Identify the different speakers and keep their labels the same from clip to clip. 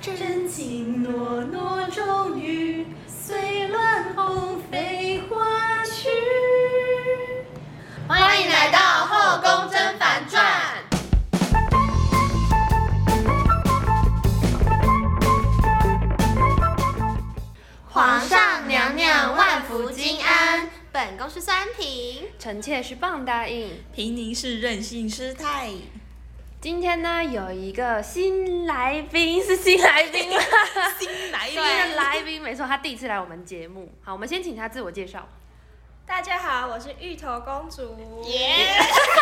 Speaker 1: 真情诺诺终于随乱红飞花去。
Speaker 2: 欢迎来到《后宫甄嬛传》。皇上娘娘万福金安，本宫是酸萍。
Speaker 3: 臣妾是棒答应。
Speaker 4: 平宁是任性失态，
Speaker 3: 今天呢，有一个新来宾，是新来宾 吗？
Speaker 4: 新来
Speaker 3: 新的来宾，没错，他第一次来我们节目。好，我们先请他自我介绍。
Speaker 5: 大家好，我是芋头公主。
Speaker 2: 耶！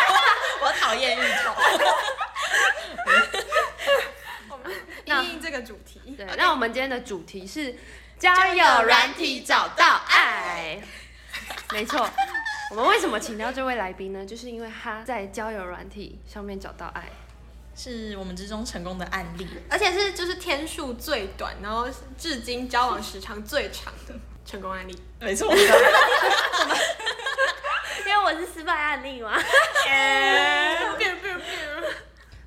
Speaker 4: 我讨厌芋头。
Speaker 3: 那
Speaker 5: 应应这个主题，
Speaker 3: 对，那我们今天的主题是交
Speaker 2: 有
Speaker 3: 友
Speaker 2: 软
Speaker 3: 软
Speaker 2: 体
Speaker 3: 体
Speaker 2: 找
Speaker 3: 找
Speaker 2: 到
Speaker 3: 到
Speaker 2: 爱
Speaker 3: 爱。没错，我们为什么请到这位来宾呢？就是因为他在交友软体上面找到爱。
Speaker 4: 是我们之中成功的案例。
Speaker 5: 而且是就是天数最短，然后至今交往时长最长的成功案例。
Speaker 4: 没 错，我们的
Speaker 3: 因为我是失败案例 嘛。
Speaker 5: biu biu biu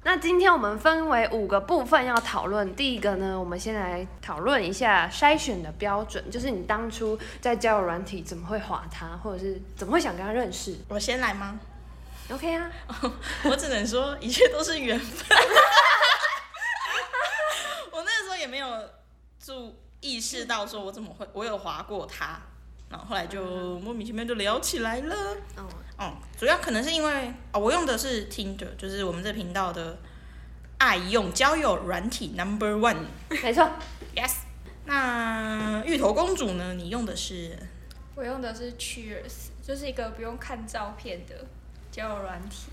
Speaker 3: 那今天我们分为五个部分要讨论。第一个呢，我们先来讨论一下筛选的标准，就是你当初在交友软体怎么会滑他，或者是怎么会想跟他认识
Speaker 4: 我先来吗？
Speaker 3: ？OK 啊，
Speaker 4: 我只能说，一切都是缘分。 我那个时候也没有注意识到，说我怎么会我有划过他，然后后来就莫名其妙就聊起来了。
Speaker 3: 哦，
Speaker 4: 嗯哦，主要可能是因为哦，我用的是 Tinder，就是我们这频道的爱用交友软体 Number One。
Speaker 3: 没错，
Speaker 4: Yes。那芋头公主呢？你用的是
Speaker 5: 我用的是 Cheers，就是一个不用看照片的交友软体。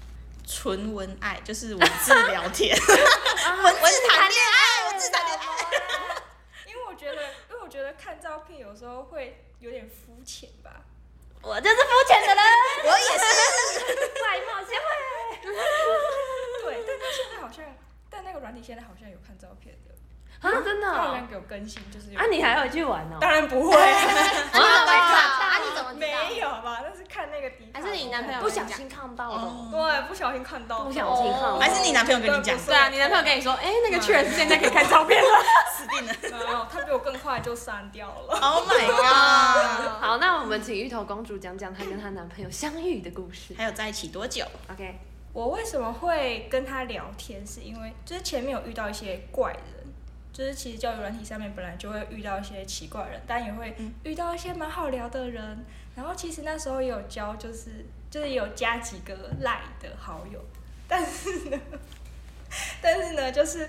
Speaker 4: 纯文爱，就是文字聊天， 文字谈恋爱，啊文字谈恋爱。
Speaker 5: 因为我觉得，因为我觉得看照片有时候会有点肤浅吧。
Speaker 3: 我就是肤浅的人，
Speaker 4: 我也 是，
Speaker 3: 外貌协会。
Speaker 5: 对，但是现在好像，但那个软体现在好像有看照片的，
Speaker 3: 啊，真的
Speaker 5: 它好
Speaker 3: 哦、
Speaker 5: 像有更新，就是有。
Speaker 3: 啊，你还有去玩哦？
Speaker 5: 当然 不会，
Speaker 2: 你怎么知道？啊，你
Speaker 3: 你
Speaker 2: 怎么知道
Speaker 5: 没？有吧？但是看那个迪卡侬，
Speaker 2: 还是你男朋友
Speaker 3: 不小心看到的哦，
Speaker 5: 对，不小心看到，
Speaker 3: 不小心看到
Speaker 4: 还是你男朋友跟你讲，
Speaker 5: 对啊，你男朋友跟你说，哎、那个确实现在可以看照片了。
Speaker 4: 死定了。
Speaker 5: 没有，他比我更快就删掉了。
Speaker 4: Oh my god！
Speaker 3: 好，那我们请芋头公主讲讲她跟她男朋友相遇的故事。
Speaker 4: 还有在一起多久？
Speaker 3: OK，
Speaker 5: 我为什么会跟他聊天，是因为就是前面有遇到一些怪人，就是其实交友软体上面本来就会遇到一些奇怪人，但也会遇到一些蛮好聊的人。然后其实那时候也有交，就是就是也有加几个赖的好友，但是呢， 但是呢，就是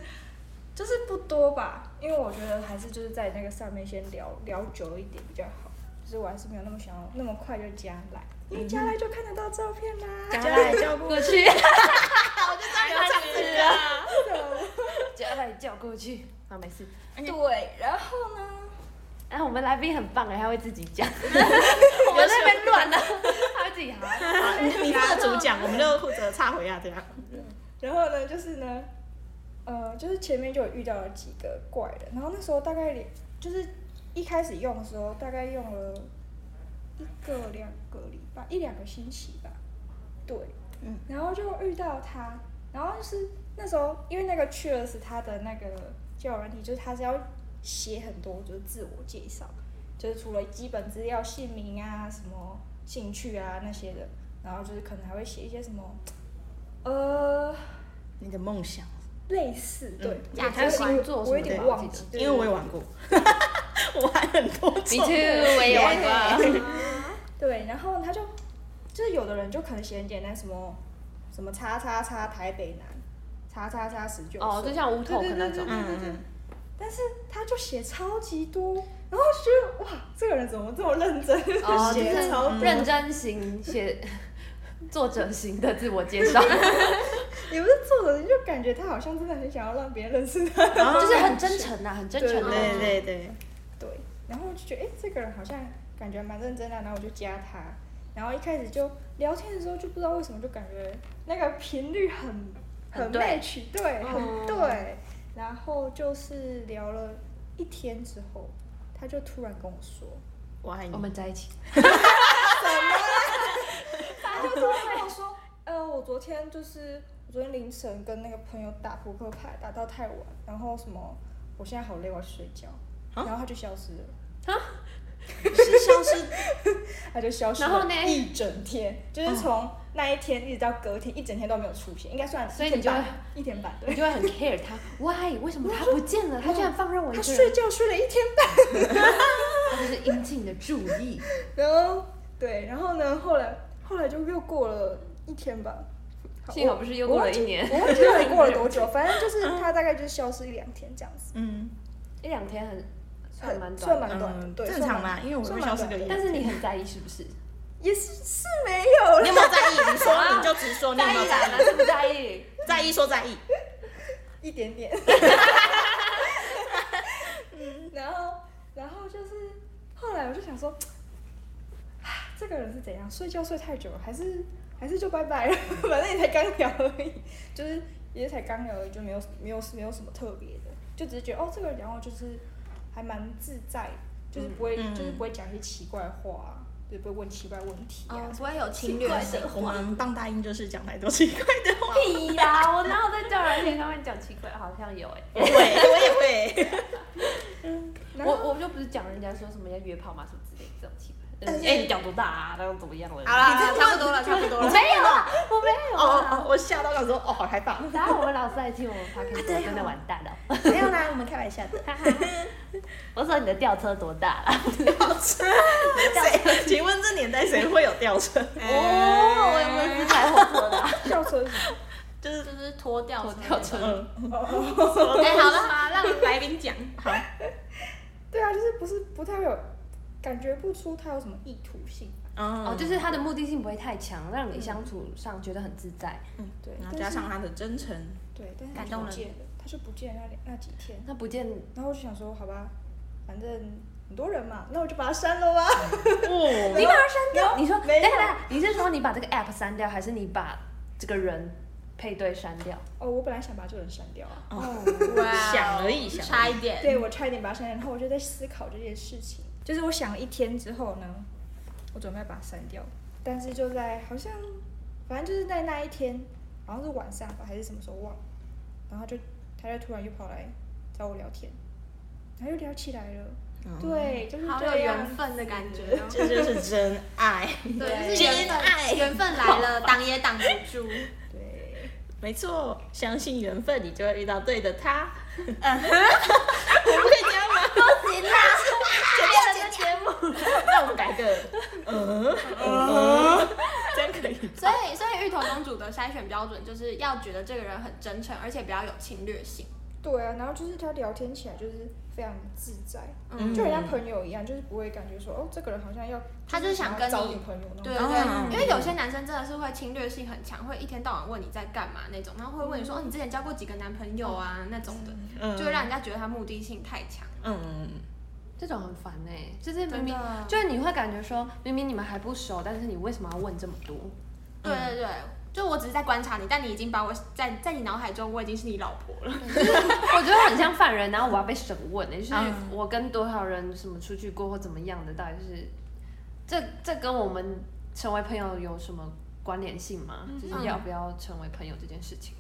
Speaker 5: 就是不多吧，因为我觉得还是就是在那个上面先聊聊久一点比较好。就是我还是没有那么想要那么快就加赖，因为加赖就看得到照片啦。
Speaker 3: 加来叫过 去，加来叫哎过去。啊，没事。
Speaker 5: 对，然后呢？
Speaker 3: 哎、我们来宾很棒哎，他会自己讲， 我们那边乱的，啊 他会自己好。
Speaker 4: 好你你负责主讲，我们就负责插回啊，这样。
Speaker 5: 然后呢，就是呢，呃，就是前面就有遇到了几个怪人，然后那时候大概连就是一开始用的时候，大概用了一个两个礼拜，一两个星期吧，对，
Speaker 4: 嗯，
Speaker 5: 然后就遇到他，然后就是那时候因为那个去了是他的那个交友软体，就是他是要写很多就是自我介绍，就是除了基本资料、姓名啊、什么兴趣啊那些的，然后就是可能还会写一些什么，呃。
Speaker 4: 你的梦想，
Speaker 5: 类似，对，
Speaker 3: 亚
Speaker 5: 还有
Speaker 3: 洲星座
Speaker 5: 我
Speaker 3: 什
Speaker 5: 有
Speaker 3: 么
Speaker 5: 点
Speaker 3: 的
Speaker 5: 忘记
Speaker 3: 我，
Speaker 5: 对
Speaker 4: 因为我也玩过，我玩很多种。
Speaker 3: 我也玩过。
Speaker 2: 嗯
Speaker 5: 对，然后他就就是有的人就可能写很简单，什么什么叉叉叉台北男，叉叉叉十九，
Speaker 3: 哦，就像无头
Speaker 5: 对
Speaker 3: 的那
Speaker 5: 对对对
Speaker 3: 种。
Speaker 5: 对对对
Speaker 4: 嗯，
Speaker 5: 但是他就写超级多，然后就觉得哇，这个人怎么这么认真，
Speaker 3: 哦，就
Speaker 5: 写超
Speaker 3: 是认真型写作者型的自我介 绍，
Speaker 5: 也不是作者就感觉他好像真的很想要让别人认识他，
Speaker 4: 就
Speaker 3: 就是很真诚呐，很真诚啊的。
Speaker 4: 对对对，
Speaker 5: 对，然后我就觉得，哎、这个人好像感觉蛮认真的，啊然后我就加他，然后一开始就聊天的时候就不知道为什么就感觉那个频率很
Speaker 3: 很对
Speaker 5: match，对，
Speaker 3: 哦
Speaker 5: 很对，然后就是聊了一天之后，他就突然跟我说，
Speaker 4: 我爱你
Speaker 3: 我。们在一起。
Speaker 5: 他就突然跟我说，呃，我昨天就是我昨天凌晨跟那个朋友打扑克牌，打到太晚，然后什么我现在好累，我要去睡觉。
Speaker 4: 啊
Speaker 5: 然后他就消失了，
Speaker 4: 是像是
Speaker 5: 他就消失
Speaker 3: 然后
Speaker 5: 了
Speaker 3: 呢哦
Speaker 5: 一整天，就是从那一天一直到隔天，一整天都没有出现，应该算
Speaker 3: 所以
Speaker 5: 一天
Speaker 3: 你就
Speaker 5: 半一天半对
Speaker 3: 你。就会很 care 他，why？为什么他不见了？他居然放任我一
Speaker 5: 他
Speaker 3: 个
Speaker 5: 睡
Speaker 3: 人，
Speaker 5: 觉睡了一天
Speaker 3: 他就是引起你的注意。
Speaker 5: 然后对，然后呢，后来后来就又过了一天吧，
Speaker 3: 幸好不是又过了一年，
Speaker 5: 我忘记到底过了多久，反正就是他大概就是消失一两天这样子，
Speaker 4: 嗯
Speaker 3: 一两天很算
Speaker 5: 很
Speaker 3: 蛮短
Speaker 5: 算
Speaker 3: 的，
Speaker 5: 蛮短的，
Speaker 4: 嗯
Speaker 5: 对，
Speaker 4: 正
Speaker 5: 算
Speaker 4: 常
Speaker 5: 蛮
Speaker 4: 啦，因为我
Speaker 5: 算
Speaker 4: 会
Speaker 5: 蛮
Speaker 4: 消失
Speaker 5: 短
Speaker 4: 个
Speaker 5: 的
Speaker 4: 一
Speaker 3: 但是你很在意是不是？
Speaker 5: 也是是没有
Speaker 4: 你
Speaker 5: 了，
Speaker 4: 有没有在意？你说你就直说，你有
Speaker 3: 在
Speaker 4: 没有
Speaker 3: 意
Speaker 4: 在
Speaker 3: 啦，
Speaker 4: 意？
Speaker 3: 那是不在意？
Speaker 4: 在意说在意，
Speaker 5: 一 点点。嗯，然后然后就是后来我就想说，唉这个人是怎样？睡觉睡太久了，还是还是就拜拜了？ 反正也才刚聊而已，就是也才刚聊而已，就没有没有没有什么特别的，就只是觉得哦，这个人然后就是还蛮自在的，就是不会、
Speaker 4: 嗯
Speaker 5: 就是不会讲一些奇怪话啊、就是不会问奇怪问题啊。
Speaker 2: 哦，不会有侵略性。
Speaker 4: 我们棒大英就是讲太多奇怪的话。
Speaker 3: 屁呀！我哪有在叫人听他们讲奇怪？好像有哎、
Speaker 4: 我也我也会。
Speaker 5: 然后
Speaker 3: 我我就不是讲人家说什么要约炮嘛什么之类的这种奇怪。
Speaker 4: 但
Speaker 3: 哎、
Speaker 4: 是
Speaker 3: 欸，你讲多大啊？那又怎么样了？
Speaker 2: 好啦，差不多了，差不多
Speaker 3: 我
Speaker 2: 了。
Speaker 3: 没有啊，我没有
Speaker 4: 哦
Speaker 3: 啊。
Speaker 4: 哦，我吓到想说，哦，好害怕。
Speaker 3: 然后我们老师来听我们 p o d c a s 真的完蛋了。
Speaker 4: 没有啦，我们开玩笑的。
Speaker 3: 我说你的吊车多大了？
Speaker 4: 吊车， 谁？请问这年代谁会有吊 车？
Speaker 3: 哦，我有没有是开火车的、啊？
Speaker 5: 校车是什么？
Speaker 4: 就是
Speaker 2: 就是脱掉
Speaker 3: 我吊车。
Speaker 4: 嗯，
Speaker 2: 哎，好了好了，让来宾讲。
Speaker 4: 好，
Speaker 5: 对啊，就是不是不太会有感觉不出他有什么意图性。啊
Speaker 4: 哦
Speaker 3: 哦，就是他的目的性不会太强，让你相处上觉得很自在。
Speaker 5: 对，
Speaker 4: 然
Speaker 5: 但
Speaker 4: 后
Speaker 5: 是
Speaker 4: 加上他的真诚，
Speaker 5: 对，但是
Speaker 2: 感
Speaker 5: 他就
Speaker 2: 动
Speaker 5: 不
Speaker 2: 人
Speaker 5: 见了，他就不见了那两那几天，
Speaker 3: 那不见
Speaker 5: 然后我就想说，好吧，反正很多人嘛，那我就把它删了吧。
Speaker 4: 哦，
Speaker 3: 把它删
Speaker 5: 掉
Speaker 3: 你说，
Speaker 5: 没
Speaker 3: 等
Speaker 5: 有
Speaker 3: 一下等一下，你是说你把这个 app 删掉，还是你把这个人配对删掉？
Speaker 5: 哦，我本来想把这个人删掉啊，
Speaker 3: 哦，
Speaker 2: 哇
Speaker 4: 想而已想而已
Speaker 2: 差一点。
Speaker 5: 对我差一点把它删掉，然后我就在思考这件事情，就是我想了一天之后呢，我准备把它删掉，但是就在好像，反正就是在那一天，好像是晚上吧，还是什么时候忘了，然后他就他就突然又跑来找我聊天，然后又聊起来了，对，就是
Speaker 2: 好有
Speaker 5: 这样
Speaker 2: 缘分的感觉 哦，
Speaker 4: 这就是真 爱，
Speaker 2: 对，就是缘
Speaker 4: 真爱
Speaker 2: 分， 缘分来了，挡也挡不 住。
Speaker 5: 对。
Speaker 4: 没错，相信缘分，你就会遇到对的他。我们可以这样吗？
Speaker 2: 不行啦，
Speaker 4: 那我们改个，嗯 嗯，这样可以。
Speaker 2: 所以所以芋头公主的筛选标准就是要觉得这个人很真诚，而且不要有侵略性。
Speaker 5: 对啊，然后就是他聊天起来就是非常自在，
Speaker 4: 嗯
Speaker 5: 就很像朋友一样，就是不会感觉说哦，这个人好像要，
Speaker 2: 他就是想跟
Speaker 5: 找
Speaker 2: 你
Speaker 5: 女朋友那种。
Speaker 2: 对
Speaker 4: 嗯
Speaker 2: 对，因为有些男生真的是会侵略性很强，会一天到晚问你在干嘛那种，然后会问你说哦你之前交过几个男朋友啊那种的，
Speaker 4: 嗯
Speaker 2: 就会让人家觉得他目的性太强。
Speaker 4: 嗯，
Speaker 3: 这种很烦哎、就是明明
Speaker 2: 真的
Speaker 3: 就是你会感觉说，明明你们还不熟，但是你为什么要问这么多？
Speaker 2: 对对
Speaker 4: 嗯
Speaker 2: 对。就我只是在观察你，但你已经把我在在你脑海中，我已经是你老婆了。
Speaker 3: 我觉得很像犯人，然后我要被审问、欸，就是
Speaker 4: 嗯
Speaker 3: 我跟多少人什么出去过或怎么样的，到底是这这跟我们成为朋友有什么关联性吗？就是要不要成为朋友这件事情？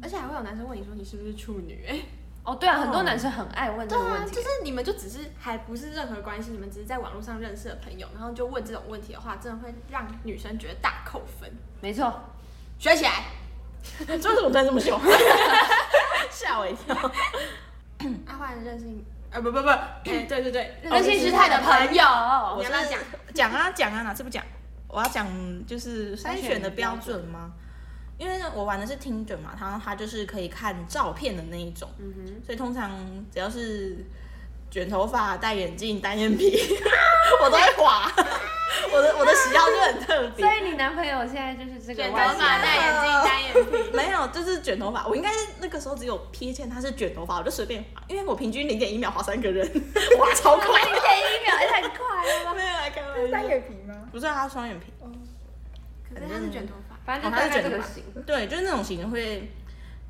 Speaker 2: 而且还会有男生问你说你是不是处女、哎，
Speaker 3: 哦，对啊，
Speaker 4: 哦
Speaker 3: 很多男生很爱问这
Speaker 2: 对
Speaker 3: 个
Speaker 2: 啊
Speaker 3: 问，题，
Speaker 2: 就是你们就只是还不是任何关系，你们只是在网络上认识的朋友，然后就问这种问题的话，真的会让女生觉得大扣分。
Speaker 3: 没错，
Speaker 2: 学起来，
Speaker 4: 为什么突嗯 然这么凶？吓我一跳。
Speaker 2: 阿焕任性，呃不不不，哎、对对对，
Speaker 3: 任性失态的朋友，
Speaker 2: 你要不要讲？
Speaker 4: 讲啊讲啊，哪次不讲？我要讲就是筛选的标准吗？因为我玩的是听准嘛，然后它就是可以看照片的那一种，
Speaker 3: 嗯哼，
Speaker 4: 所以通常只要是卷头发、戴眼镜、单眼皮， 我都会滑。我的我的喜好就很特别
Speaker 3: 所，以你男朋友现在就是这个
Speaker 2: 卷头
Speaker 3: 外形
Speaker 2: 发、戴眼镜、单眼皮，
Speaker 4: 没有就是卷头发。我应该是那个时候只有瞥见他是卷头发，我就随便滑，因为我平均零点一秒滑三个人， 我滑超快。
Speaker 3: 前哎一秒也太快了吧？
Speaker 4: 没有来开
Speaker 5: 是
Speaker 4: 玩
Speaker 5: 单
Speaker 4: 笑，
Speaker 5: 眼皮吗？
Speaker 4: 不是啊他双眼皮。
Speaker 5: 哦，
Speaker 2: 可是他是卷头发，
Speaker 3: 反正就大概这个型，
Speaker 4: 对，就是那种型会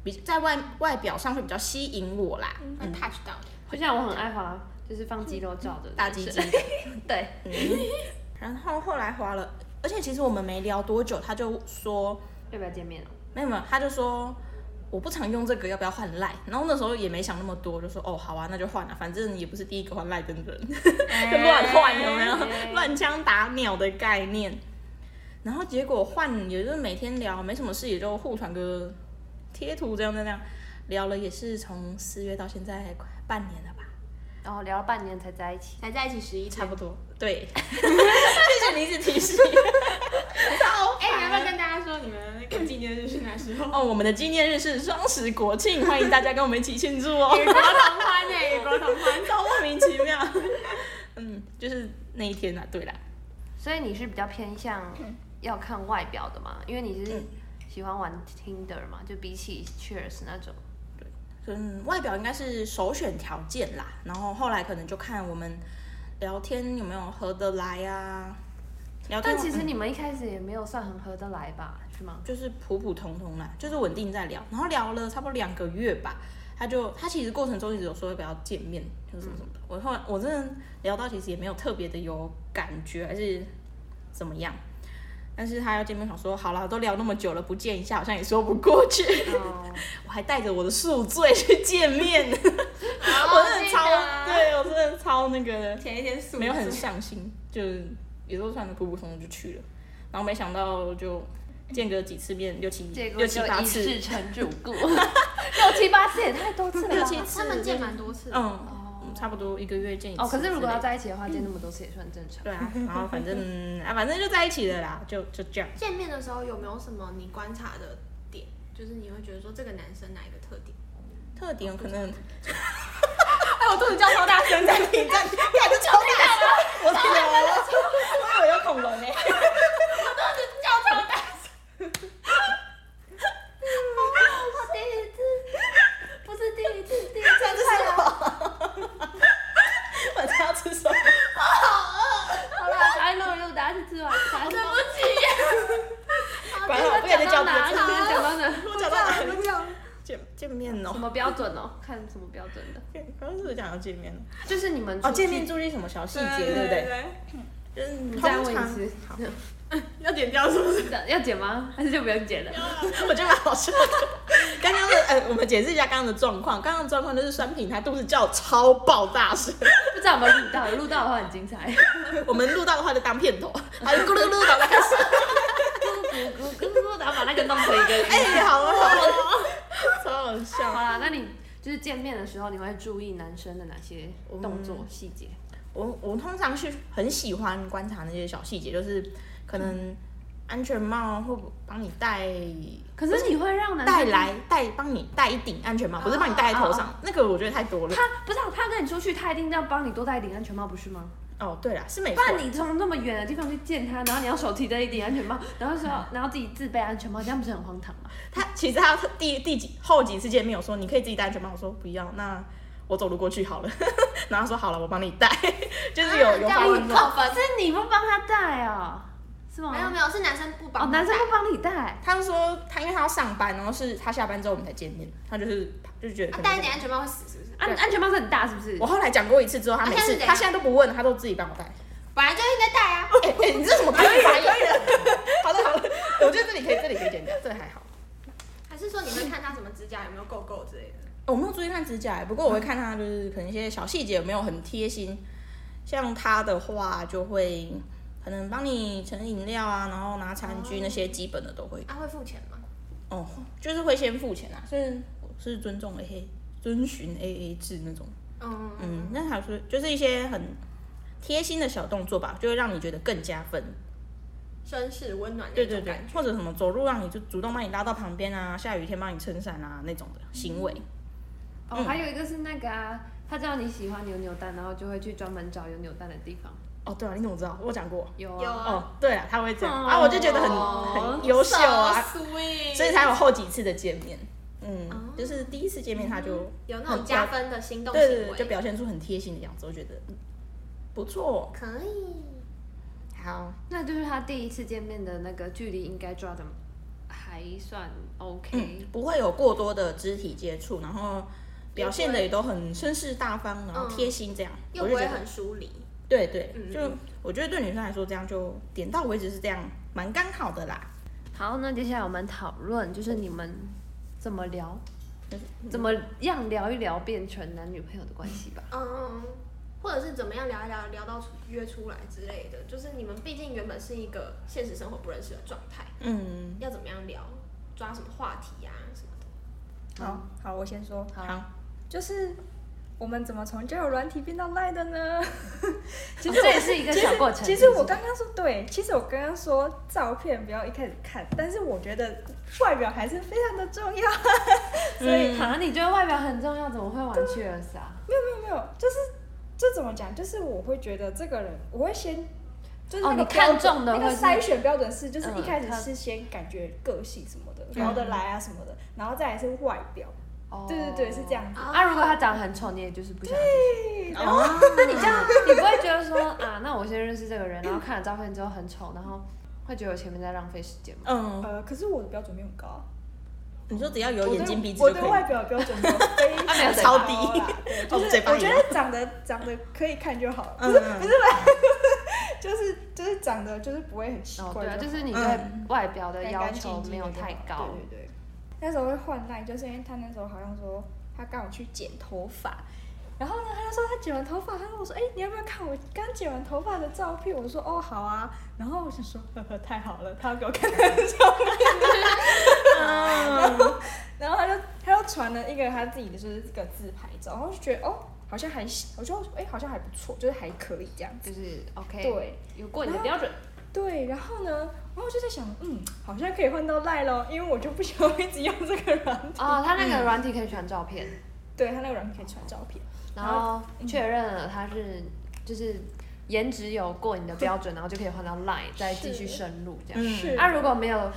Speaker 4: 比在外外表上会比较吸引我啦，嗯
Speaker 2: 会 touch 到。
Speaker 3: 就像我很爱滑，就是放肌肉照的
Speaker 1: 嗯
Speaker 4: 大鸡鸡。
Speaker 3: 对，
Speaker 4: 嗯，然后后来花了，而且其实我们没聊多久，他就说
Speaker 3: 要不要见面哦？
Speaker 4: 没有没有，他就说。我不常用这个，要不要换赖？然后那时候也没想那么多，就说哦好啊，那就换了、反正也不是第一个换赖的人， 就乱换有没有？乱枪打鸟的概念。然后结果换，也就是每天聊，没什么事，也就互传个贴图这样这样，聊了也是从四月到现在快半年了吧，
Speaker 3: 然后聊了半年才在一起。
Speaker 2: 才在一起十一
Speaker 4: 差
Speaker 2: 天。
Speaker 4: 不多。对， 谢谢你一直提醒。超
Speaker 2: 哎，你要
Speaker 4: 烦
Speaker 2: 不要跟大家说你们那个纪念日是哪时 候？
Speaker 4: 哦，我们的纪念日是双十国庆，欢迎大家跟我们一起庆祝哦。
Speaker 2: 与国同欢哎，与国同欢。
Speaker 4: 超莫名其 妙。嗯，就是那一天啊，对啦，
Speaker 3: 所以你是比较偏向
Speaker 1: 嗯
Speaker 3: 要看外表的嘛？因为你是喜欢玩 Tinder 嘛？就比起 Cheers 那种，
Speaker 4: 嗯，外表应该是首选条件啦，然后后来可能就看我们聊天有没有合得来啊。聊天
Speaker 3: 但其实你们一开始也没有算很合得来吧？是吗？
Speaker 4: 就是普普通通啦，就是稳定在聊，然后聊了差不多两个月吧，他就他其实过程中一直有说要不要见面，就是什么什么的。我后来我真的聊到其实也没有特别的有感觉，还是怎么样。但是他要见面，想说好了，都聊那么久了，不见一下好像也说不过去。
Speaker 3: 哦，
Speaker 4: 我还带着我的宿醉去见面， 我真的超，对我真的超那个的，
Speaker 2: 前一天素
Speaker 4: 没有很上心，就是也都穿的普普通通就去了，然后没想到就见个几次面，六七
Speaker 3: 结
Speaker 4: 六
Speaker 3: 果
Speaker 4: 七
Speaker 3: 就
Speaker 4: 八
Speaker 3: 一
Speaker 4: 次
Speaker 3: 世，成主 顾，六七八次也太多次了
Speaker 4: 六
Speaker 3: 吧？
Speaker 4: 七
Speaker 2: 他
Speaker 4: 次，
Speaker 2: 们见蛮多次的。
Speaker 4: 嗯，嗯差不多一个月见一次。
Speaker 3: 哦哦，可是如果要。在一起的话，见那么多次也算正 常。
Speaker 4: 对啊，然后反正 啊，反正就在一起了啦，就就这样。
Speaker 2: 见面的时候有没有什么你观察的点？就是你会觉得说这个男生哪一个特点？
Speaker 4: 特点可 能
Speaker 2: 哎，我肚子叫超大声的。
Speaker 4: 你这样，你还是超大声，我怎么了？我以为要恐龙 呢、
Speaker 1: 我第一次，不是第一次，第一次
Speaker 4: 这是什么？ 晚上要吃什么？
Speaker 3: 好啦，赶快弄一弄，大家去吃完饭。对不
Speaker 4: 管好，不敢再叫
Speaker 3: 讲到哪
Speaker 4: 别
Speaker 3: 里？
Speaker 4: 人。
Speaker 3: 讲到哪？
Speaker 4: 我讲到哪里？见见面
Speaker 3: 什
Speaker 4: 哦，
Speaker 3: 么标准哦？看什么标准的？
Speaker 4: 刚刚是不是讲要见面哦？
Speaker 3: 就是你们出
Speaker 4: 哦，
Speaker 3: 去
Speaker 4: 见面注意什么小细节，对不对？
Speaker 2: 对，
Speaker 4: 嗯，
Speaker 3: 再
Speaker 4: 通
Speaker 3: 问一
Speaker 4: 常
Speaker 3: 次，
Speaker 2: 要剪掉是不是？
Speaker 3: 要剪吗？还是就不用剪了？
Speaker 4: 我觉得蛮好笑 的。刚刚的呃，我们解释一下刚刚的状况。刚刚的状况就是酸品他肚子叫超爆大声，
Speaker 3: 不知道有没有录到，有录到的话很精彩。
Speaker 4: 我们录到的话就当片头，还咕噜咕噜打在开始。
Speaker 3: 然后把那个弄成一个。
Speaker 4: 哎，好啊好啊， 超好
Speaker 3: 好
Speaker 4: 笑。
Speaker 3: 啦，那你就是见面的时候，你会注意男生的哪些动
Speaker 4: 嗯
Speaker 3: 作细节？
Speaker 4: 我我通常是很喜欢观察那些小细节，就是可能安全帽会帮你戴。
Speaker 3: 可是你会让男生
Speaker 4: 带来戴帮你戴一顶安
Speaker 2: 哦
Speaker 4: 全帽，不是帮你戴在头上，那个我觉得太多了。
Speaker 3: 他不是啊他跟你出去，他一定要帮你多戴一顶安全帽，不是吗？
Speaker 4: 哦，对啦，是没
Speaker 3: 不
Speaker 4: 错。
Speaker 3: 然你从那么远的地方去见他，然后你要手提着一顶安全帽，然后说，然后自己自备安全帽，这样不是很荒唐 吗？
Speaker 4: 他其实他第第几后几次见面，我说你可以自己戴安全帽，我说不要，那我走路过去好了。 然后他说好了，我帮你戴，就是有、有
Speaker 2: 啊这样
Speaker 4: 发
Speaker 2: 会
Speaker 4: 问过。
Speaker 2: 扣分。
Speaker 3: 哦是你不帮他戴啊、是吗？
Speaker 2: 没有没有，是男生不
Speaker 3: 哦，
Speaker 2: 帮。
Speaker 3: 男生不帮你戴，
Speaker 4: 他就说他因为他要上班，然后是他下班之后我们才见面，他就是就觉得可
Speaker 2: 啊
Speaker 4: 能
Speaker 2: 戴一点安全帽会死是不是？
Speaker 3: 安安全帽是很大是不是
Speaker 4: 我？后来讲过一次之后，他
Speaker 2: 啊
Speaker 4: 每
Speaker 2: 现在
Speaker 4: 次
Speaker 2: 是怎样
Speaker 4: 他现在都不问，他都自己帮 我戴。
Speaker 2: 本来就应该戴啊。
Speaker 4: 哎、哎你这什么 可以可以了， 好了好了，我觉得这里可以这里可以剪掉，这里还好。
Speaker 2: 还是说你会看他什么指甲有没有够够之类的？
Speaker 4: 哦我没有注意看指甲欸，不过我会看他就是可能一些小细节有没有很贴心。像他的话，就会可能帮你盛饮料啊，然后拿餐具那些基本的都会。
Speaker 2: 啊，会付钱吗？
Speaker 4: 哦，就是会先付钱啊，所以我是尊重 A A，遵循 A A 制那种。
Speaker 2: 嗯
Speaker 4: 嗯，那还是就是一些很贴心的小动作吧，就会让你觉得更加分。
Speaker 2: 绅士温暖那
Speaker 4: 对对
Speaker 2: 种
Speaker 4: 对
Speaker 2: 感，觉。
Speaker 4: 或者什么走路让你就主动把你拉到旁边啊，下雨天帮你撑伞啊那种的行为。
Speaker 3: 哦，还有一个是那个啊，他知道你喜欢扭扭蛋，然后就会去专门找有扭蛋的地方。
Speaker 4: 哦，对啊，你怎么知道？我讲过。
Speaker 3: 有
Speaker 2: 有
Speaker 3: 啊，
Speaker 2: 啊
Speaker 4: 哦，对啊，他会这样、
Speaker 3: 哦
Speaker 4: 啊，我就觉得很
Speaker 3: 哦
Speaker 4: 很优秀啊，
Speaker 2: So，sweet，
Speaker 4: 所以才有后几次的见面。嗯，
Speaker 2: 哦
Speaker 4: 就是第一次见面他就
Speaker 2: 有那种
Speaker 4: 很
Speaker 2: 加分的心动
Speaker 4: 对
Speaker 2: 行
Speaker 4: 对对，就
Speaker 2: 为。
Speaker 4: 表现出很贴心的样子，我觉得嗯不错。
Speaker 2: 可以。
Speaker 4: 好，
Speaker 3: 那就是他第一次见面的那个距离应该抓的还算 OK。
Speaker 4: 嗯不会有过多的肢体接触，然后表现的也都很绅士大方，然后贴心这样，
Speaker 2: 嗯又
Speaker 4: 我
Speaker 2: 不
Speaker 4: 就
Speaker 2: 会
Speaker 4: 觉得
Speaker 2: 很疏离，
Speaker 4: 对对，
Speaker 2: 嗯嗯
Speaker 4: 就我觉得对女生来说这样就点到为止是这样，蛮刚好的啦。
Speaker 3: 好，那接下来我们讨论就是你们怎么聊，
Speaker 4: 嗯
Speaker 3: 怎么样聊一聊变成男女朋友的关系吧。
Speaker 2: 嗯，或者是怎么样聊一聊，聊到出约出来之类的，就是你们毕竟原本是一个现实生活不认识的状态，
Speaker 4: 嗯，
Speaker 2: 要怎么样聊，抓什么话题呀、啊什么的。
Speaker 5: 好好，我先说，
Speaker 2: 嗯
Speaker 4: 好，
Speaker 5: 就是我们怎么从交友软体变到赖的呢？其实
Speaker 3: 哦
Speaker 5: 我
Speaker 3: 这也是一个小过程。
Speaker 5: 其实我刚刚说对，其实我刚刚说照片不要一开始看，但是我觉得外表还是非常的重要。
Speaker 3: 所以
Speaker 4: 嗯
Speaker 3: 啊，你觉得外表很重要，怎么会玩 Cheers 啊？
Speaker 5: 没有没有，就是这怎么讲？就是我会觉得这个人，我会先就是
Speaker 3: 哦
Speaker 5: 那个
Speaker 3: 你看
Speaker 5: 标准
Speaker 3: 中的
Speaker 5: 那个
Speaker 3: 会是
Speaker 5: 筛选标准是，就是
Speaker 3: 嗯
Speaker 5: 一开始
Speaker 3: 他
Speaker 5: 是先感觉个性什么的，聊得来啊什么的，然后再来是外表。
Speaker 3: 哦
Speaker 5: 对对对，是这样。子。
Speaker 3: 啊，如果他长得很丑，你也就是不想。
Speaker 5: 然后
Speaker 4: 哦，
Speaker 3: 那你这样，你不会觉得说啊，那我先认识这个人，然后看了照片之后很丑，然后会觉得我前面在浪费时间吗？
Speaker 4: 嗯，
Speaker 5: 呃，可是我的标准没有很高啊，
Speaker 4: 你说只要有
Speaker 5: 我
Speaker 4: 眼
Speaker 5: 对
Speaker 4: 睛鼻子
Speaker 5: 我
Speaker 4: 就
Speaker 5: 对
Speaker 4: 可
Speaker 5: 外
Speaker 4: 以，
Speaker 5: 表的标准没有非 常
Speaker 3: 没有嘴
Speaker 4: 巴
Speaker 5: 高
Speaker 4: 超
Speaker 5: 啊
Speaker 4: 低
Speaker 5: 对
Speaker 4: 哦嘴
Speaker 5: 就是
Speaker 4: 巴
Speaker 5: 我觉
Speaker 4: 也
Speaker 5: 得长得长得可以看就好了，
Speaker 4: 嗯
Speaker 5: 不是
Speaker 4: 嗯
Speaker 5: 不是不是就是就是长得就是不会很奇
Speaker 3: 哦，
Speaker 5: 怪
Speaker 3: 对
Speaker 5: 就
Speaker 3: 啊，
Speaker 5: 好，
Speaker 3: 就是你对外表的
Speaker 5: 干
Speaker 3: 要
Speaker 5: 干
Speaker 3: 求
Speaker 5: 净净
Speaker 3: 没有
Speaker 5: 的就
Speaker 3: 太
Speaker 5: 好
Speaker 3: 高。
Speaker 5: 对对对，那时候会换赖，就是因为他那时候好像说他刚好去剪头发，然后呢他就说他剪完头发，他问我说：“哎、你要不要看我刚剪完头发的照片？”我说：“哦，好啊。”然后我就说：“呵呵，太好了，他要给我看他的照片。”然后然后他就他就传了一个他自己的就是这个自拍照，然后就觉得哦好像还行，我就哎、好像还不错，就是还可以这样子。
Speaker 3: 就是 OK，
Speaker 5: 嗯对，
Speaker 3: 有过你的标准。
Speaker 5: 对，然后呢，然后我就在想，嗯，好像可以换到赖咯，因为我就不想要一直用这个软体。
Speaker 3: 哦，他那
Speaker 4: 嗯
Speaker 3: 个软体可以传照片，
Speaker 5: 对，它那个软体可以传照片。
Speaker 3: 然
Speaker 5: 然
Speaker 4: 啊
Speaker 3: 后
Speaker 4: 嗯
Speaker 3: 确认了他是就是颜值有过你的标准，然后就可以换到 Line 再继续深入这样。
Speaker 4: 嗯
Speaker 5: 是
Speaker 3: 那、如果没有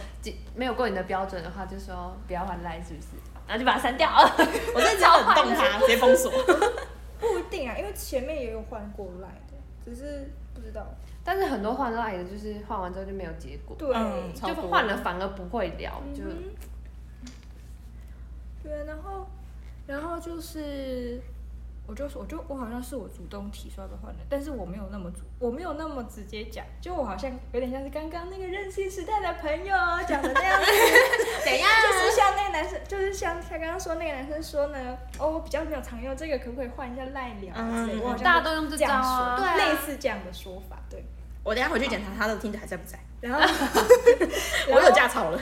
Speaker 3: 没有过你的标准的话，就说不要换 Line 是不是？然后就把它删掉。
Speaker 4: 我真的只要冷冻它，直接封锁。
Speaker 5: 不一定啊，因为前面也有换过赖的，只是不知道。
Speaker 3: 但是很多换 Line 的就是换完之后就没有结果，
Speaker 5: 对，
Speaker 4: 嗯超
Speaker 3: 就
Speaker 4: 多
Speaker 3: 换了反而不会聊，
Speaker 5: 嗯
Speaker 3: 就
Speaker 5: 对，然后，然后就是，我就我就我好像是我主动提出要不要换的，但是我没有那么主，我没有那么直接讲，就我好像有点像是刚刚那个任性时代的朋友哦讲的那 样子。
Speaker 2: 怎样？
Speaker 5: 就是像那个男生，就是像他刚刚说那个男生说呢，哦，我比较没有常用这个，可不可以换一下赖聊啊之类的？
Speaker 4: 嗯
Speaker 5: 我好像
Speaker 3: 大家都用这
Speaker 5: 这
Speaker 3: 招
Speaker 5: 样说，
Speaker 3: 啊。
Speaker 2: 对啊
Speaker 5: 类似这样的说法，对。
Speaker 4: 我等一下回去检查他的听着还在不在，，
Speaker 5: 然后
Speaker 4: 我有架吵 了。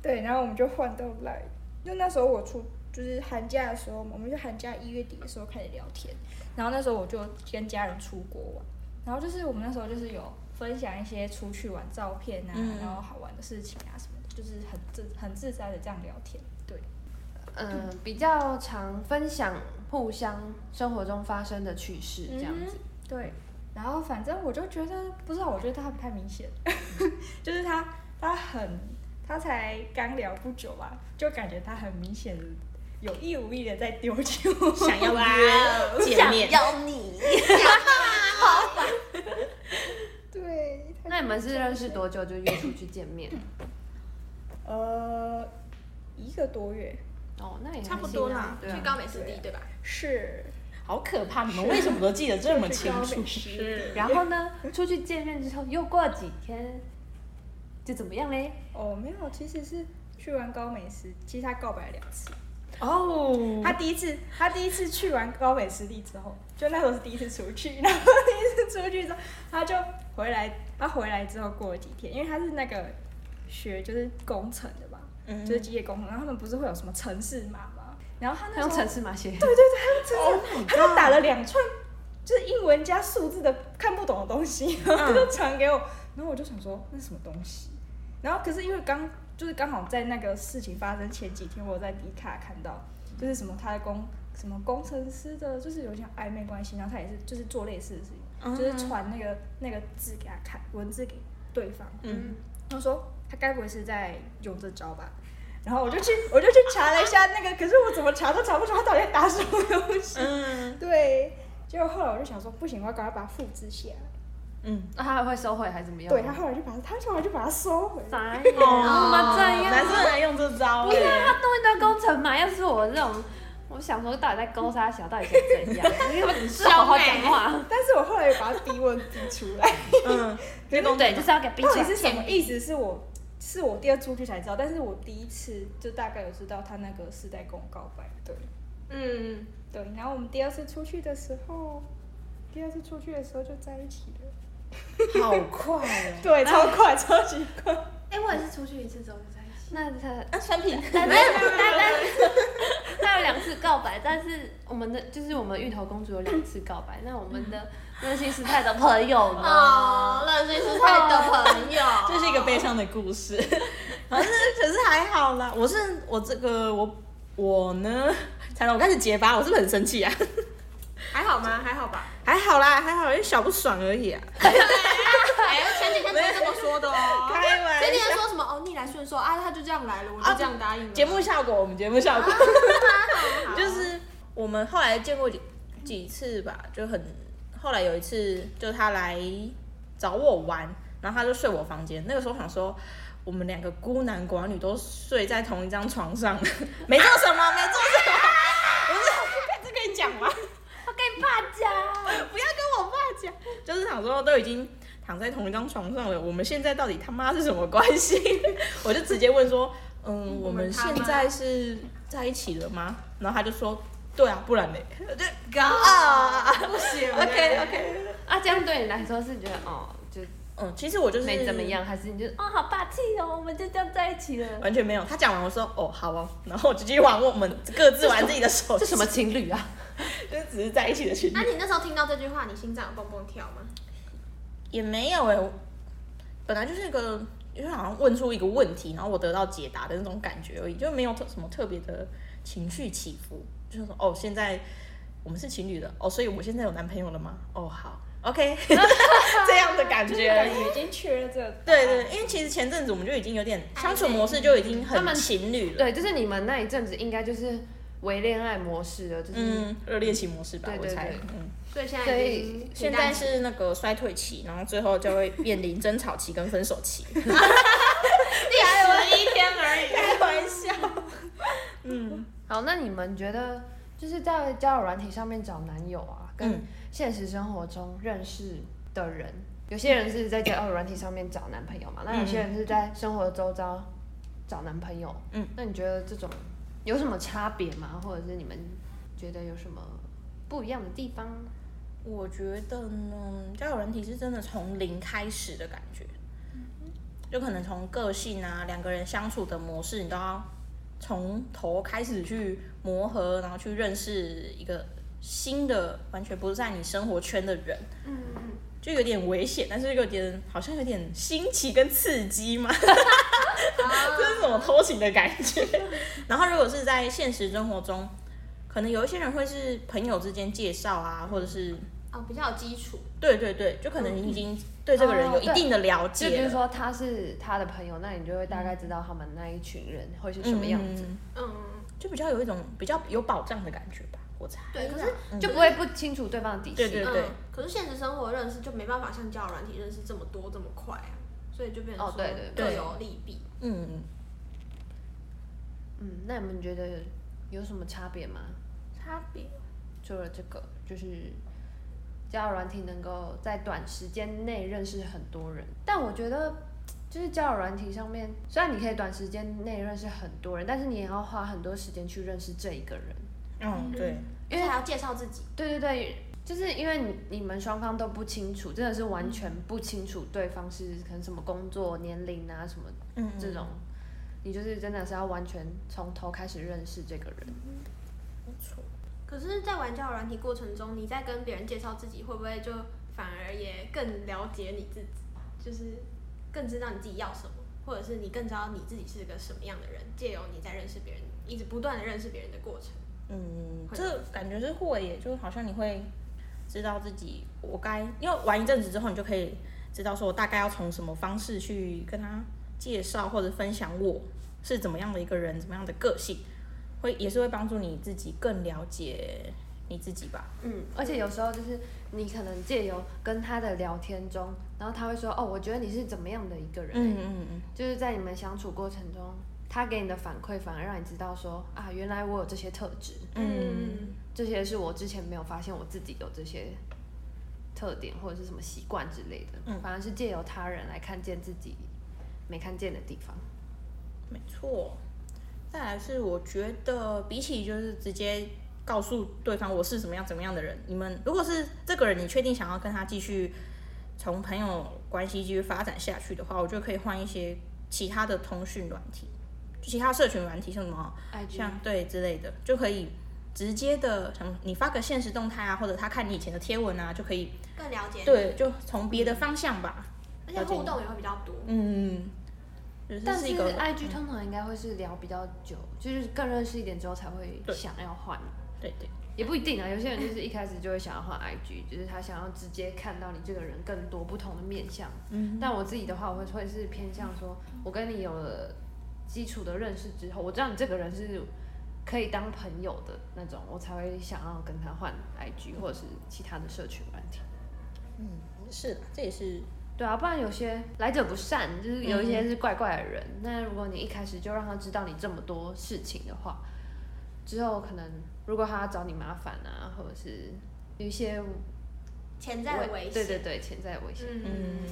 Speaker 5: 对，然后我们就换到赖，就那时候我出就是寒假的时候嘛，我们就寒假一月底的时候开始聊天，然后那时候我就跟家人出国玩，然后就是我们那时候就是有分享一些出去玩照片啊，
Speaker 4: 嗯
Speaker 5: 然后好玩的事情啊什么的，就是很自很自在的这样聊天，对，
Speaker 3: 嗯，比较常分享互相生活中发生的趣事
Speaker 4: 嗯
Speaker 3: 这样子。
Speaker 5: 对，然后反正我就觉得，不知道，我觉得他太明显， 就是他他很他才刚聊不久吧，就感觉他很明显的有意无意的在丢球。
Speaker 4: 想要约见面，
Speaker 2: 要你，
Speaker 5: 对，他
Speaker 3: 那你们是认识多久就约出去见
Speaker 4: 嗯
Speaker 3: 面？
Speaker 5: 呃一个多月
Speaker 3: 哦，那也还
Speaker 4: 差不多
Speaker 3: 行啊
Speaker 4: 啦
Speaker 3: 对啊
Speaker 2: 去高美湿地对吧？
Speaker 5: 是
Speaker 4: 好可怕！你们为什么都记得这么清
Speaker 5: 是
Speaker 4: 楚？
Speaker 5: 高美湿
Speaker 3: 然后呢，出去见面之后又过几天，就怎么样嘞？
Speaker 5: 哦没有，其实是去玩高美湿，其实他告白了两次。
Speaker 4: 哦，
Speaker 5: 他第一次，他第一次去完高美湿地之后，就那时候是第一次出去，然后第一次出去之后，他就回来，他回来之后过了几天，因为他是那个学就是工程的吧，
Speaker 4: 嗯
Speaker 5: 就是机械工程，然后他们不是会有什么城市码吗？然后他
Speaker 3: 他
Speaker 5: 那
Speaker 3: 用
Speaker 5: 时候
Speaker 3: 城市码写，
Speaker 5: 对对
Speaker 4: Oh
Speaker 5: 对，
Speaker 4: my
Speaker 5: 他用城市，他就打了两串，就是英文加数字的看不懂的 东西，然后他
Speaker 4: 嗯
Speaker 5: 就传给我，然后我就想说那是什么东西，然后可是因为刚就是刚好在那个事情发生前几天，我在迪卡看到，就是什么他的工什么工程师的，就是有点暧昧关系，然后他也是就是做类似的事情，就是传那个那个字给他看，文字给对方，
Speaker 4: 嗯，
Speaker 5: 他说他该不会是在用这招吧？然后我就去我就去查了一下那个，可是我怎么查都查不出他到底在打什么东西。
Speaker 4: 嗯
Speaker 5: 对，结果后来我就想说不行，我要赶快把它复制下来。
Speaker 4: 嗯，
Speaker 3: 那他还会收回还是怎么样？
Speaker 5: 对他后来就把它他后来就把它收回。
Speaker 3: 傻眼，怎么这样？
Speaker 4: 男生来用这招
Speaker 3: 不是啊
Speaker 4: 哎，
Speaker 3: 他弄一段工程码，要是我这种，我想说到底在勾搭小，到底想怎样？ 你给我好好讲话。
Speaker 5: 但是我后来又把它逼问逼出来，
Speaker 4: 嗯，
Speaker 3: 对，就是要给逼
Speaker 5: 到
Speaker 3: 出
Speaker 5: 底
Speaker 3: 来。
Speaker 5: 是什么意思？是我是我第二次出去才知道，但是我第一次就大概有知道他那个是在跟我告白，对
Speaker 2: 嗯，
Speaker 5: 对。然后我们第二次出去的时候，第二次出去的时候就在一起了，
Speaker 4: 好快哦！
Speaker 5: 对，超快，超级快。
Speaker 2: 哎、我也是出去一次之后就在一起。
Speaker 3: 那他
Speaker 4: 啊，产品
Speaker 3: 但是但但他有两次告白，但是我们的就是我们芋头公主有两次告白，那我们的热心时态的朋友呢？
Speaker 2: 哦，那就是他的朋友，
Speaker 4: 这是一个悲伤的故事。 反正可是还好啦，我是我这个我我呢，才了，我开始结巴，我是不是很生气啊？
Speaker 5: 还好吗？还好吧。
Speaker 4: 还好啦，还好，因为小不爽而已啊。
Speaker 2: 哎，前几天才这么说的哦。
Speaker 4: 开 玩
Speaker 2: 前几天
Speaker 4: 笑。
Speaker 2: 说什么哦，逆来顺受啊，他就这样来了，我就这样答应了。
Speaker 4: 节目效果，我们节目效果，就是我们后来见过几几次吧，就很后来有一次，就他来找我玩，然后他就睡我房间。那个时候想说，我们两个孤男寡女都睡在同一张床 上，没做什么，没做什么，不是，这跟你讲吗？
Speaker 3: 我跟你爸讲，
Speaker 4: 不要跟我爸讲，就是想说都已经躺在同一张床上了，我们现在到底他妈是什么关系？ 我就直接问说，嗯，我们现在是在一起了吗？然后他就说， 对啊，不然嘞，我就啊
Speaker 2: 不 行
Speaker 4: ，OK OK，
Speaker 3: 啊，这样对你来说是觉得哦，就
Speaker 4: 嗯，其实我就是
Speaker 3: 没怎么，样，还是你就哦好霸气哦，我们就这样在一起了？
Speaker 4: 完全没有。他讲完我说，哦，好哦，然后我就继续玩我们各自玩自己的手机，
Speaker 3: 这什么？情侣啊？
Speaker 4: 就是只是在一起的情
Speaker 2: 那、
Speaker 4: 侣，
Speaker 2: 你那时候听到这句话，你心脏有蹦蹦跳吗？
Speaker 4: 也没有哎、我本来就是一个。因为好像问出一个问题，然后我得到解答的那种感觉而已，就没有特什么特别的情绪起伏，就是说哦，现在我们是情侣了，哦，所以我现在有男朋友了吗？哦，好，OK，这样的 感
Speaker 5: 就是
Speaker 4: 觉而
Speaker 5: 感
Speaker 4: 已。
Speaker 5: 觉已经确认这个答
Speaker 4: 对
Speaker 5: 案，
Speaker 4: 对，因为其实前阵子我们就已经有点相处模式就已经
Speaker 3: 他们
Speaker 4: 很情侣了，
Speaker 3: 对，就是你们那一阵子应该就是为恋爱模式了，就是、
Speaker 4: 嗯，热恋期模式吧，
Speaker 3: 对
Speaker 4: 我
Speaker 3: 对
Speaker 4: 猜
Speaker 3: 对，
Speaker 4: 嗯，
Speaker 2: 所以现
Speaker 3: 所
Speaker 2: 在
Speaker 3: 以
Speaker 2: 已经平
Speaker 4: 现
Speaker 2: 淡
Speaker 4: 在
Speaker 2: 期
Speaker 4: 是那个衰退期，然后最后就会面临争吵期跟分手期，
Speaker 2: 第十一天而已。
Speaker 4: 开玩笑，嗯，
Speaker 3: 好，那你们觉得就是在交友软体上面找男友啊，跟
Speaker 4: 嗯
Speaker 3: 现实生活中认识的人，有些人是在交友软体上面找男朋友嘛，那有些人是在生活周遭找男朋友，
Speaker 4: 嗯，
Speaker 3: 那你觉得这种有什么差别吗？或者是你们觉得有什么不一样的地方？
Speaker 4: 我觉得呢，交友软体是真的从零开始的感觉，就可能从个性啊，两个人相处的模式，你都要从头开始去磨合，然后去认识一个新的，完全不是在你生活圈的人，
Speaker 2: 嗯，
Speaker 4: 就有点危险，但是有点好像有点新奇跟刺激嘛，这是什么偷情的感觉？然后如果是在现实生活中，可能有一些人会是朋友之间介绍啊，或者是
Speaker 2: 哦，比较有基础。
Speaker 4: 对对对，就可
Speaker 3: 嗯
Speaker 4: 能你已经对这个人有一定的了解
Speaker 3: 哦就
Speaker 4: 了，
Speaker 3: 比如说他是他的朋友，那你就会大概知道他们那一群人会是什么样子，
Speaker 4: 嗯
Speaker 2: 嗯，
Speaker 4: 就比较有一种比较有保障的感觉吧，我猜。
Speaker 2: 对。可是
Speaker 3: 就不会不清楚对方的底细。
Speaker 4: 嗯对对对
Speaker 2: 嗯，可是现实生活认识就没办法像交友软体认识这么多这么快啊，所以就变成
Speaker 3: 哦
Speaker 2: 说
Speaker 3: 对对
Speaker 2: 各
Speaker 4: 对
Speaker 2: 有利弊。
Speaker 4: 嗯，
Speaker 3: 嗯，那你们觉得有什么差别吗？
Speaker 2: 差别
Speaker 3: 除了这个，就是交友软体能够在短时间内认识很多人，但我觉得就是交友软体上面，虽然你可以短时间内认识很多人，但是你也要花很多时间去认识这一个人。哦
Speaker 4: 嗯，对，
Speaker 2: 因为还要介绍自己，
Speaker 3: 对对对，就是因为你你们双方都不清楚，真的是完全不清楚对方是可能什么工作、年龄啊什么
Speaker 4: 嗯，
Speaker 3: 这种，你就是真的是要完全从头开始认识这个人。
Speaker 4: 不错。
Speaker 2: 可是，在玩交友软体过程中，你在跟别人介绍自己，会不会就反而也更了解你自己，就是更知道你自己要什么，或者是你更知道你自己是个什么样的人，借由你在认识别人，一直不断的认识别人的过程。
Speaker 4: 嗯，
Speaker 2: 会
Speaker 4: 这感觉是会耶，就好像你会知道自己我该，因为玩一阵子之后，你就可以知道说我大概要从什么方式去跟他介绍或者分享我是怎么样的一个人，怎么样的个性，会也是会帮助你自己更了解你自己吧。
Speaker 3: 嗯，而且有时候就是你可能借由跟他的聊天中，然后他会说：“哦，我觉得你是怎么样的一个人欸、
Speaker 4: 嗯嗯嗯，
Speaker 3: 就是在你们相处过程中，他给你的反馈反而让你知道说啊，原来我有这些特质，
Speaker 4: 嗯，
Speaker 3: 这些是我之前没有发现我自己有这些特点或者是什么习惯之类的。
Speaker 4: 嗯
Speaker 3: 反而是借由他人来看见自己没看见的地方。
Speaker 4: 没错。再来是我觉得比起就是直接告诉对方我是什么样怎么样的人，你们如果是这个人，你确定想要跟他继续从朋友关系继续发展下去的话，我觉得可以换一些其他的通讯软体，就其他社群软体像什么
Speaker 3: 爱这
Speaker 4: 像对之类的，就可以直接的，像你发个现实动态啊，或者他看你以前的贴文啊，就可以
Speaker 5: 嗯
Speaker 2: 更了解你，
Speaker 4: 对，就从别的方向吧，
Speaker 2: 而且互动也会比较多。
Speaker 4: 嗯，
Speaker 3: 但
Speaker 4: 是啊
Speaker 3: 是
Speaker 4: 一个
Speaker 3: IG 通常应该会是聊比较久，就是更认识一点之后才会
Speaker 4: 对
Speaker 3: 想要换，
Speaker 4: 对对
Speaker 3: 也不一定啊。有些人就是一开始就会想要换 IG，就是他想要直接看到你这个人更多不同的面相。
Speaker 4: 嗯
Speaker 3: 但我自己的话，我会会是偏向说，我跟你有了基础的认识之后，我知道你这个人是可以当朋友的那种，我才会想要跟他换 IG 或者是其他的社群软体。
Speaker 4: 嗯是的，这也是
Speaker 3: 对啊，不然有些来者不善，就是有一
Speaker 2: 嗯
Speaker 3: 些是怪怪的人。那如果你一开始就让他知道你这么多事情的话，之后可能如果他找你麻烦啊，或者是有一些
Speaker 2: 潜在的危险，
Speaker 3: 对对对，潜在的危险。
Speaker 2: 嗯，
Speaker 4: 嗯，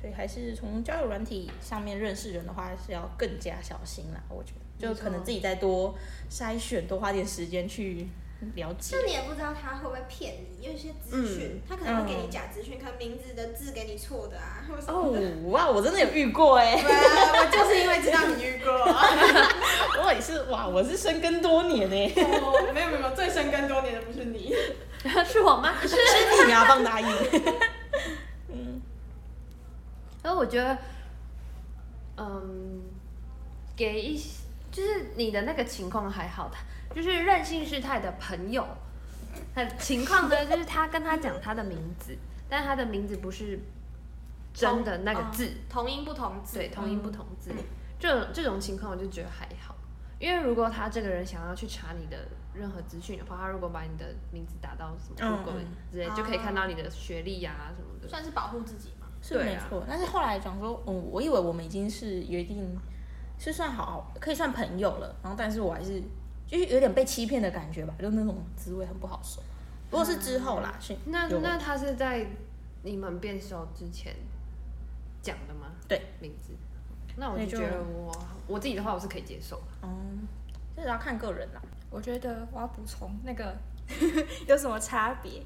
Speaker 4: 所以还是从交友软体上面认识人的话，还是要更加小心啦。我觉得，
Speaker 3: 没
Speaker 4: 就
Speaker 3: 错
Speaker 4: 可能自己再多筛选，多花点时间去了解
Speaker 2: 就。你也不知道他会不会骗你，有一些资
Speaker 5: 嗯
Speaker 2: 讯，他可能会给你假资讯，可能名字的字给你错的
Speaker 5: 嗯
Speaker 2: 啊，或者什
Speaker 4: 哦
Speaker 2: 么的。
Speaker 4: 哇，我真的有遇过哎、
Speaker 2: 对啊，我就是因为知道你遇过，
Speaker 4: 我也是哇，我是深耕多年哎、
Speaker 5: 哦，没有没有，最深耕多年的不是你。
Speaker 3: 是我吗？是。
Speaker 4: 是你啊，棒答应。
Speaker 3: 然后我觉得，嗯，给一些就是你的那个情况还好，他就是任性是他的朋友，他的情况呢就是他跟他讲他的名字，但他的名字不是真的那个
Speaker 4: 哦
Speaker 3: 字，
Speaker 2: 同音不同字，
Speaker 3: 对，同音不同字。
Speaker 4: 嗯
Speaker 3: 这种这种情况我就觉得还好，因为如果他这个人想要去查你的任何资讯的话，他如果把你的名字打到什么
Speaker 4: 嗯
Speaker 3: Google
Speaker 4: 嗯
Speaker 3: 之类，就可以看到你的学历呀、什么的。
Speaker 2: 算是保护自己嘛。
Speaker 4: 是
Speaker 3: 对
Speaker 4: 没
Speaker 3: 啊
Speaker 4: 错，但是后来讲说，嗯，我以为我们已经是约定，是算好，可以算朋友了。然后，但是我还是就是有点被欺骗的感觉吧，就那种滋味很不好受。不过是之后啦，是
Speaker 3: 那
Speaker 4: 有
Speaker 3: 那他是在你们变熟之前讲的吗？
Speaker 4: 对，
Speaker 3: 名字。那我
Speaker 4: 所以
Speaker 3: 就
Speaker 4: 就
Speaker 3: 觉得我我自己的话，我是可以接受的。
Speaker 4: 嗯，这是要看个人啦。
Speaker 5: 我觉得我要补充那 个有什么差别，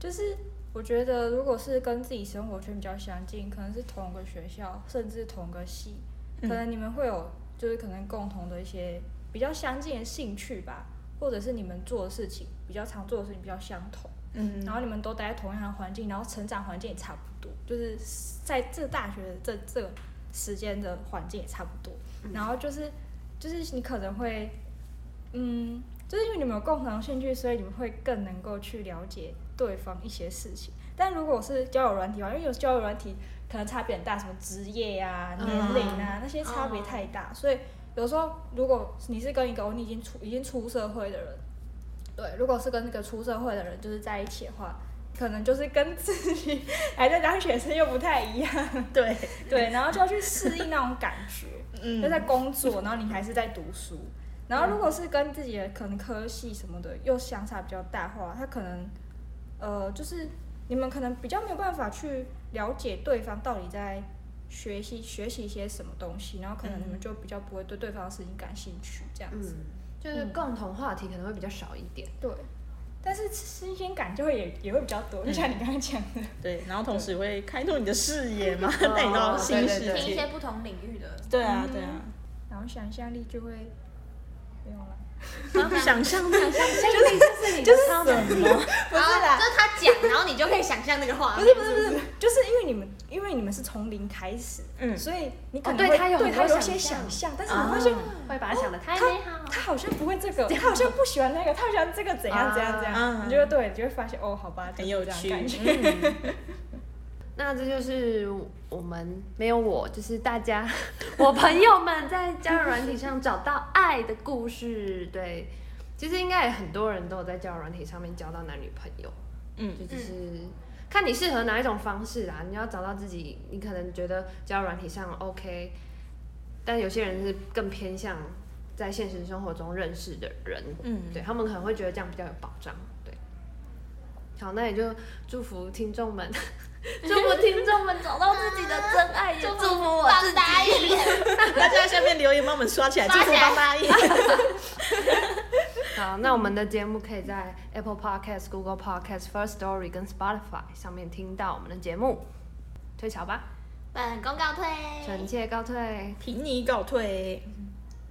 Speaker 5: 就是我觉得如果是跟自己生活圈比较相近，可能是同个学校，甚至同个系，
Speaker 4: 嗯
Speaker 5: 可能你们会有就是可能共同的一些比较相近的兴趣吧，或者是你们做的事情比较常做的事情比较相同，
Speaker 4: 嗯
Speaker 5: 然后你们都待在同样的环境，然后成长环境也差不多，就是在这大学的这这个时间的环境也差不多，然后就是就是你可能会，嗯，就是因为你们有共同的兴趣，所以你们会更能够去了解对方一些事情。但如果是交友软体的话，因为有交友软体可能差别很大，什么职业呀、
Speaker 3: 嗯
Speaker 5: 年龄啊、那些差别
Speaker 2: 嗯
Speaker 5: 太大，所以有时候如果你是跟一个哦你已经出已经出社会的人，对，如果是跟那个出社会的人就是在一起的话，可能就是跟自己 还在当学生又不太一样，
Speaker 4: 对，
Speaker 5: 对，然后就要去适应那种感觉，
Speaker 4: 嗯
Speaker 5: 就在工作，然后你还是在读书，然后如果是跟自己的可能科系什么的又相差比较大的话，他可能呃就是你们可能比较没有办法去了解对方到底在学习学习一些什么东西，然后可能你们就比较不会对对方的事情感兴趣这样
Speaker 3: 嗯
Speaker 5: 子，，
Speaker 3: 就是
Speaker 5: 嗯
Speaker 3: 共同话题可能会比较少一点。
Speaker 5: 对。但是新鲜感就会也也会比较多，就像你刚刚讲的，
Speaker 4: 对，然后同时也会开拓你的视野嘛，
Speaker 3: 哦
Speaker 4: 带你到新世
Speaker 3: 对
Speaker 2: 听一
Speaker 4: 界
Speaker 2: 些。不同领域 的，
Speaker 4: 对啊，对啊，
Speaker 5: 然后想象力就会没有了。
Speaker 4: 嗯想象力
Speaker 3: 就是就是什么？
Speaker 2: 不是啦，就是他讲，然后你就可以想象那个画
Speaker 5: 不
Speaker 2: 面。
Speaker 5: 是不是不是，就是因为你们，因为你们是从零开始，
Speaker 4: 嗯
Speaker 5: 所以你可能
Speaker 3: 哦对
Speaker 5: 会
Speaker 3: 他有
Speaker 5: 对
Speaker 3: 很多
Speaker 5: 他有一些
Speaker 3: 想
Speaker 5: 想象，但是
Speaker 3: 啊
Speaker 5: 你发现
Speaker 3: 会把它想的太
Speaker 5: 他
Speaker 3: 美哦好。
Speaker 5: 他好像不会这个，他好像不喜欢那个，他好像这个怎样怎样怎
Speaker 4: 啊
Speaker 3: 嗯
Speaker 5: 样，你就会对，你就会发现哦，好吧，
Speaker 4: 很有
Speaker 5: 就是
Speaker 4: 趣
Speaker 5: 这样感觉。
Speaker 3: 那这就是我们没有我，就是大家 我朋友们在交友软体上找到爱的故事。对，其实应该也很多人都有在交友软体上面交到男女朋友。
Speaker 4: 嗯
Speaker 3: 就只是看你适合哪一种方式啦。你要找到自己，你可能觉得交友软体上 OK，但有些人是更偏向在现实生活中认识的人，
Speaker 4: 嗯，
Speaker 3: 对他们可能会觉得这样比较有保障。对，好，那也就祝福听众 们，祝福听众们找到自己的真爱，也祝福我自己。
Speaker 1: 答应。
Speaker 4: 大家在下面留言帮我们刷起来， 祝福帮大爷。
Speaker 3: 好，那我们的节目可以在 Apple Podcast、Google Podcast、First Story 跟 Spotify 上面听到我们的节目。退潮吧，
Speaker 1: 本公告退。
Speaker 3: 臣妾告退。
Speaker 4: 平你告退，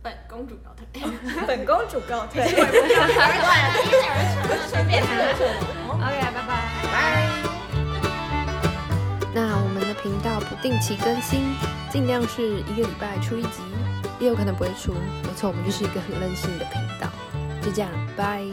Speaker 2: 本公主告退。
Speaker 4: 本公主告退，
Speaker 1: 而 管一点儿 随便。
Speaker 3: OK，拜拜。
Speaker 4: 拜。
Speaker 6: 那我们的频道不定期更新，尽量是一个礼拜出一集，也有可能不会出。没错，我们就是一个很任性的频道。就这样，拜。